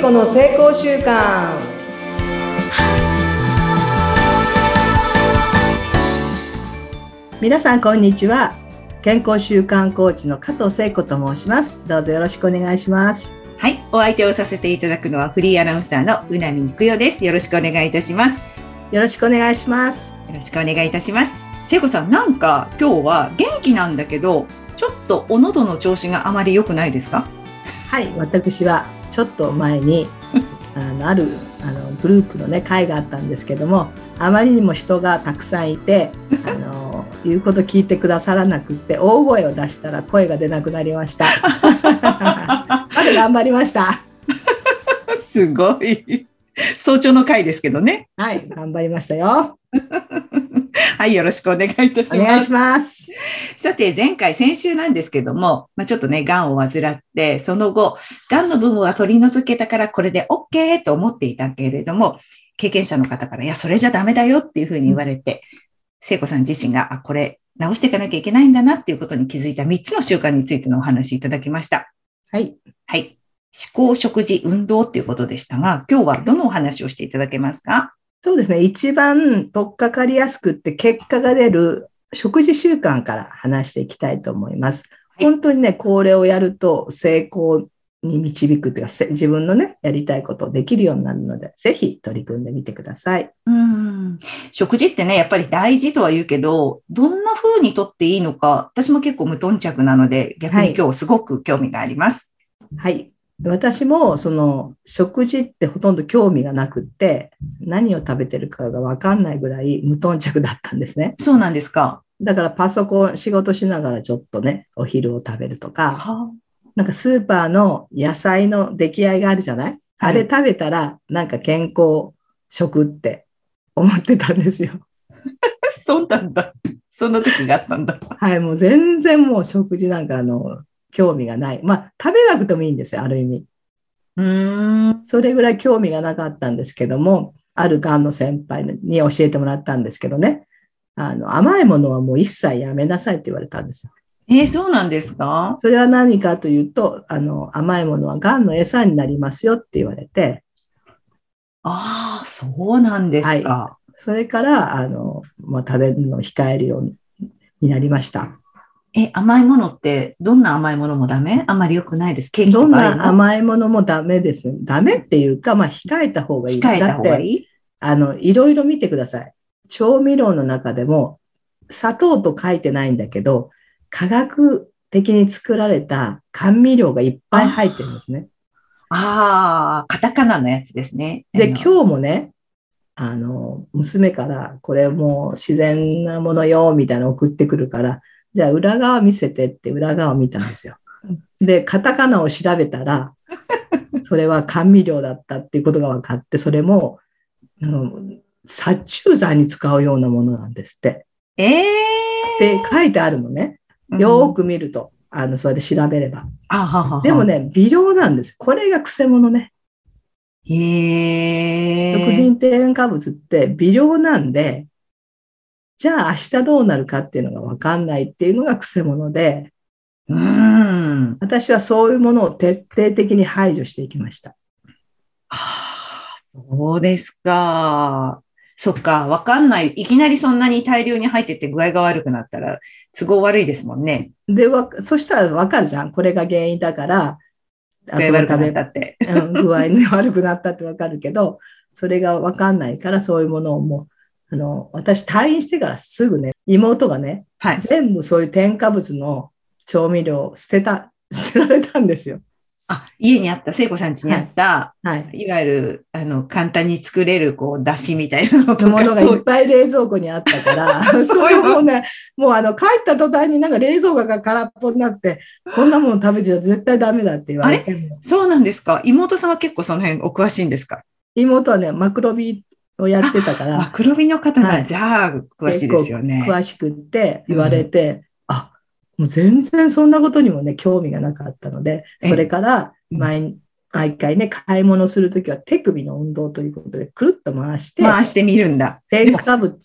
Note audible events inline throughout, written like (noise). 子の成功習慣皆さんこんにちは健康習慣コーチの加藤聖子と申しますどうぞよろしくお願いしますはい、お相手をさせていただくのはフリーアナウンサーのうなみいくよです。よろしくお願いいたします。よよろしくお願いしますろしくお願いいたします。聖子さん、なんか今日は元気なんだけど、ちょっとお喉の調子があまり良くないですか (laughs) はい私はちょっと前にあのあるあのグループのね会があったんですけどもあまりにも人がたくさんいてあの言うこと聞いてくださらなくって大声を出したら声が出なくなりましたまだ頑張りましたすごい。早朝の回ですけどね。はい頑張りましたよはい、よろしくお願いいたします。お願いしますさて、前回、先週なんですけども、まあ、ちょっとね、癌を患って、その後、癌の部分は取り除けたから、これで OK と思っていたけれども、経験者の方から、いや、それじゃダメだよっていうふうに言われて、聖子さん自身が、あ、これ、直していかなきゃいけないんだなっていうことに気づいた3つの習慣についてのお話いただきました。はいはい。思考、食事、運動っていうことでしたが、今日はどのお話をしていただけますかそうですね一番取っかかりやすくって結果が出る食事習慣から話していきたいと思います、はい本当にねこれをやると成功に導くっていうかせ自分のねやりたいことをできるようになるのでぜひ取り組んでみてくださいうん食事ってね、やっぱり大事とは言うけど、どんな風にとっていいのか、私も結構無頓着なので、逆はにい今日すごく興味があります。はい。私も、その、食事ってほとんど興味がなくって、何を食べてるかがわかんないぐらい無頓着だったんですね。そうなんですか。だからパソコン仕事しながらちょっとね、お昼を食べるとか、は (laughs) なんかスーパーの野菜の出来合いがあるじゃないはいあれ食べたら、なんか健康食って思ってたんですよ。 (laughs) あ、そうなんだ。そんな時があったんだ。はい、もう全然もう食事なんかあの、興味がない。まあ、食べなくてもいいんですよ、ある意味。うーん。それぐらい興味がなかったんですけども、あるがんの先輩に教えてもらったんですけどね、あの甘いものはもう一切やめなさいって言われたんですよ。えーそうなんですかそれは何かというと、あの甘いものはがんの餌になりますよって言われて、ああ、そうなんですか。それからあの、まあ、食べるのを控えるようになりました。え、甘いものって、どんな甘いものもダメあんまり良くないです。ケーキとかどんな甘甘いものもダメです。ダメっていうか、まあ、控えた方がいい。控えた方だっがていいあの、いろいろ見てください。調味料の中でも、砂糖と書いてないんだけど、科学的に作られた甘味料がいっぱい入ってるんですね。ああ、カタカナのやつですね。で、あの今日もね、あの、娘から、これもう自然なものよ、みたいなの送ってくるから、じゃあ裏側見せてって裏側を見たんですよ。で、カタカナを調べたら、それは甘味料だったっていうことが分かって、それも、あの殺虫剤に使うようなものなんですって。えで、書いてあるのね。えよーく見ると、あの、それで調べれば。あはははでも、ね、微量なんです。これがくせ者ね。へえ。食品添加物って微量なんで、じゃあ明日どうなるかっていうのが分かんないっていうのがくせ者で、うーん。私はそういうものを徹底的に排除していきました。あーそうですか。そっか、わかんない。いきなりそんなに大量に入ってて具合が悪くなったら都合悪いですもんね。で、わそしたら分かるじゃん。これが原因だから、具合悪くなっ後たでって。食べうん具合に悪くなったって分かるけど、それが分かんないから、そういうものをもう、あの、私退院してからすぐね、妹がね、はい。全部そういう添加物の調味料を捨てた、捨てられたんですよ。あ、家にあった、聖子さん家にあった、はい。い、わゆる、あの、簡単に作れる、こう、出汁みたいなのともか、のがそいっうぱい冷蔵庫にあったから、(laughs) (laughs) そうそれをもうね、もうあの帰った途端になんか冷蔵庫が空っぽになって、こんなもん食べちゃ絶対ダメだって言われて、そうなんですか。妹さんは結構その辺お詳しいんですか妹はね、マクロビをやってたかマら、クロビの方が、はいじゃあ、詳しいですよね。詳しくって言われて、あもう全然そんなことにもね、興味がなかったので、えそれからうん毎毎回ね、買い物するときは手首の運動ということで、くるっと回して、回してみるんだ。添加物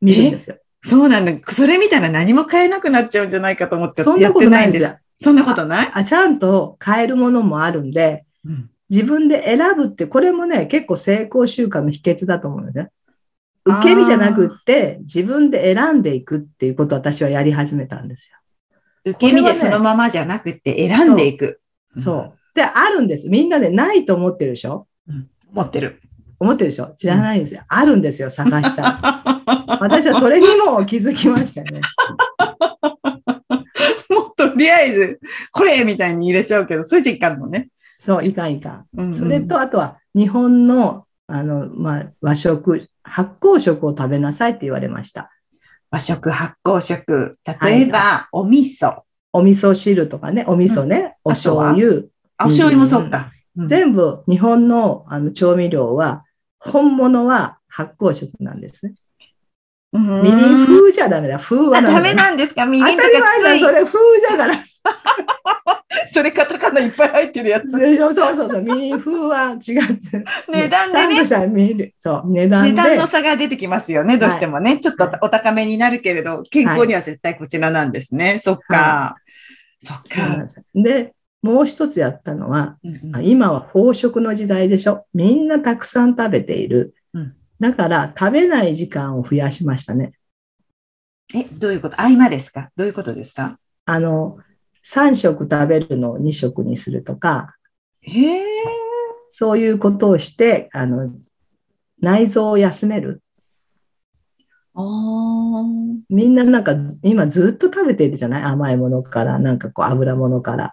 見るんですよ。そうなんだ。それ見たら何も買えなくなっちゃうんじゃないかと思ってそんなことないんやってですよ。そんなことないあちゃんと買えるものもあるんで、自分で選ぶって、これもね、結構成功習慣の秘訣だと思うんですね。受け身じゃなくって、自分で選んでいくっていうことを私はやり始めたんですよ。受け身でそのままじゃなくて選んでいく。そう。で、あるんです。みんなでないと思ってるでしょうん。持ってる。 (laughs) 思ってるでしょ知らないんですよ。あるんですよ、探したら。私はそれにも気づきましたね。もうとりあえず、これみたいに入れちゃうけど、それじゃいかんのね。そう、いかんいかうんん。それと、あとは、日本の、あの、まあ、和食、発酵食を食べなさいって言われました。和食、発酵食。例えば、お味噌。お味噌汁とかね、お味噌ね、おうん醤油、あ、お醤油もそうか。うん全部日本のあの調味料は、本物は発酵食なんですね。みりんうん風じゃダメだ。風はあ、ダダメメだ。なんですかみ当りんたとかり前だ、ついそれ風じゃから。それカタカナいっぱい入ってるやつ。そうそうそうそう、みりん風は違って。 (laughs) 値段ちゃんでとねし。たみりんそう、値段で。値段の差が出てきますよね、どうしてもね。ちょっとお高めになるけれど、健康には絶対こちらなんですね。そっか。そっそうなんか。ですよで、もう一つやったのは、うんあ今は飽食の時代でしょ。みんなたくさん食べている。うんだから、食べない時間を増やしましたね。え、どういうこと合間ですかどういうことですかあの、3食食べるのを2食にするとか、へえ。そういうことをして、あの、内臓を休める。あーみんななんか今ずっと食べているじゃない甘いものから、なんかこう油ものから。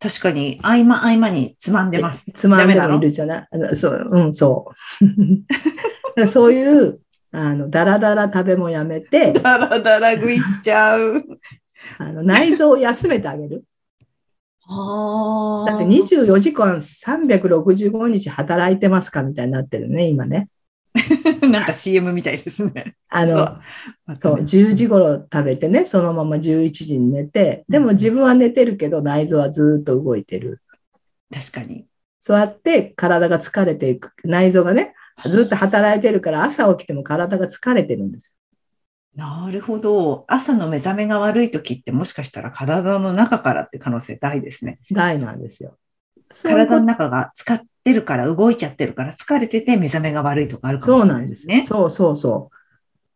確かに、合間合間につまんでます。つまんでダメなもいのるじゃないあのそう、うん、そう。だからそう (laughs) いう、あの、だらだら食べもやめて、だらだら食いしちゃう。 (laughs) あの内臓を休めてあげる。 (laughs) あだって24時間365日働いてますかみたいになってるね、今ね。 20なんか CM みたいですね。あの、そう、ね10時頃食べてね、そのまま11時に寝て、でも自分は寝てるけど内臓はずっと動いてる。確かに。そうやって体が疲れていく。内臓がね、ずっと働いてるから朝起きても体が疲れてるんですなるほど。朝の目覚めが悪い時ってもしかしたら体の中からって可能性大ですね。よ。大なんですよ。そういうこ体との中が使ってるから動いちゃってるから疲れてて目覚めが悪いとかあるかそもうしれなないんでですすね。そうそうそう。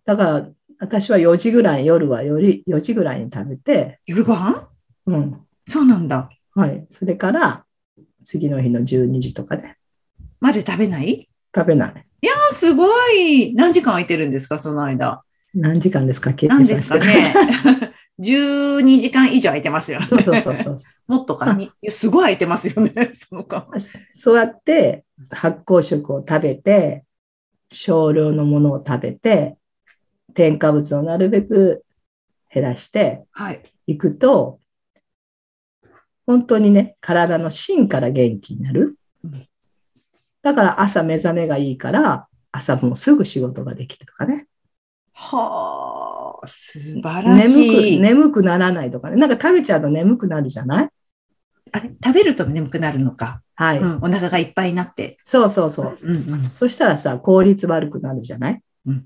だから、私は4時ぐらい、夜はより4時ぐらいに食べて、夜ご飯うん。そうなんだ。はい。それから、次の日の12時とかね、まで食べない食べない。あ、すごい。何時間空いてるんですかその間。何時間ですか計何算でしすてかください。 (laughs) ね。12時間以上空いてますよ (laughs) ね。そうそうそうそう。もっとかに、いやすごい空いてますよね、 (laughs) その間。そうやって、発酵食を食べて、少量のものを食べて、添加物をなるべく減らしてはい。いくと、本当にね、体の芯から元気になるうん。だから朝目覚めがいいから、朝もうすぐ仕事ができるとかね。はあ、素晴らし眠い。く、眠くならないとかね。なんか食べちゃうと眠くなるじゃないあれ食べると眠くなるのか。はい、うん、お腹がいっぱいになって。そうそうそう。うんうんそしたらさ、効率悪くなるじゃないっうん。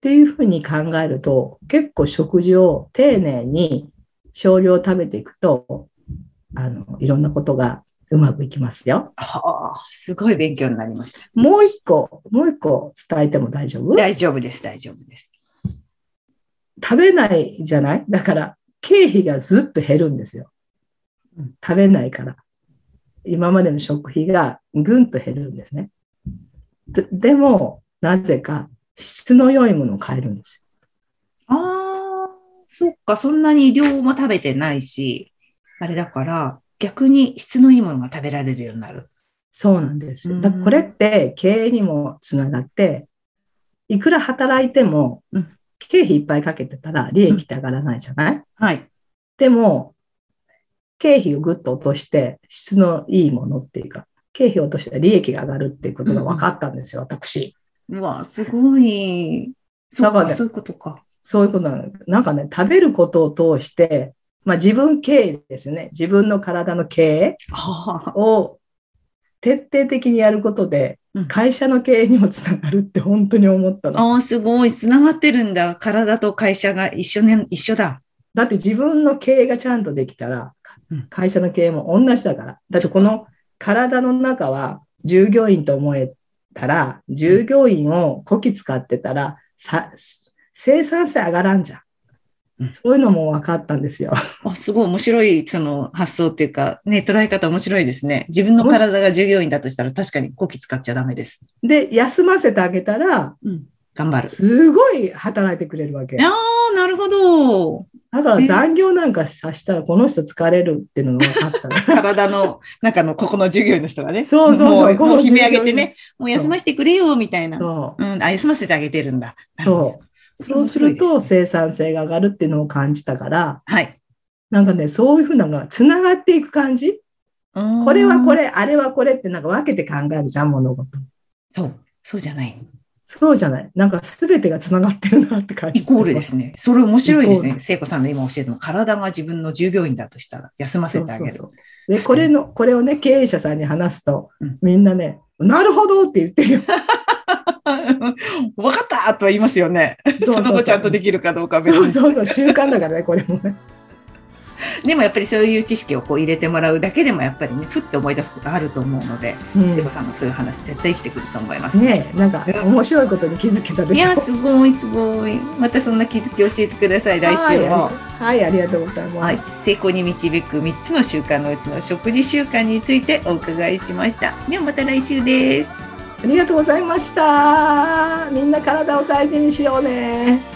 ていうふうに考えると、結構食事を丁寧に少量食べていくと、あの、いろんなことがうまくいきますよ。はあ、すごい勉強になりました。もう一個、もう一個伝えても大丈夫大丈夫です、大丈夫です。食べないじゃないだから、経費がずっと減るんですようん。食べないから。今までの食費がぐんと減るんですね。ででも、なぜか質の良いものを買えるんですああ、そっか、そんなに量も食べてないし、あれだから、逆に質のいいものが食べられるようになる。そうなんですうよ。んだからこれって経営にもつながって、いくら働いてもうん経費いっぱいかけてたら利益って上がらないじゃない、はい。でも、経費をぐっと落として、質のいいものっていうか、経費を落として利益が上がるっていうことが分かったんですよ、私。うわ、すごい。そだうかか、らそういうことか。そういうことなの。なんかね、食べることを通して、まあ自分経営ですね。自分の体の経営はを徹底的にやることでうん、会社の経営にもつながるって本当に思ったの。あ、あーすごい。つながってるんだ。体と会社が一緒ね、一緒だ。だって自分の経営がちゃんとできたらうん、会社の経営も同じだから。だってこの体の中は従業員と思えたら、従業員をこき使ってたら、さ生産性上がらんじゃ。うんんそういうのも分かったんですよ。あすごい面白い、その発想っていうか、ね、捉え方面白いですね。自分の体が従業員だとしたら確かにこき使っちゃダメです。で、休ませてあげたら、うん。頑張る。すごい働いてくれるわけ。ああ、なるほど。だから残業なんかさしたら、この人疲れるっていうのが分かったの。体の中のここの従業員の人がね。そうそうそうもこうこものう従悲業員鳴上げてね。もう休ませてくれよ、みたいな。 (laughs) そううん。あ、休ませてあげてるんだ。そうなるほど。そうすると面白いですね生産性が上がるっていうのを感じたから、はい。なんかね、そういうふうなのが繋がっていく感じこれはこ。れ、あれはこれってなんか分けて考えるじゃん、物事。そう。そうじゃない。そうじゃない。なんか全てが繋がってるなって感じ。イコールですね。それ面白いですイコーね。聖子さんの今教えても、体が自分の従業員だとしたら、休ませてあげる。そうそうそうで、これの、これをね、経営者さんに話すとうん、みんなね、なるほどって言ってるよ。 (laughs) わかったとは言いますよね。そうそうそう (laughs) その後ちゃんとできるかどうかは別そうに。そうそう、習慣だからね、これもね。でもやっぱりそういう知識をこう入れてもらうだけでもやっぱりね、ふっと思い出すことあると思うので、うん聖子さんのそういう話絶対生きてくると思います。ねえなんか面白いことに気づけたでいしょ。や、すごいすごい。またそんな気づき教えてください、来週も。はい、ありがとうございます。はい、成功に導く3つの習慣のうちの食事習慣についてお伺いしました。ではまた来週です。ありがとうございました。みんな体を大事にしようね。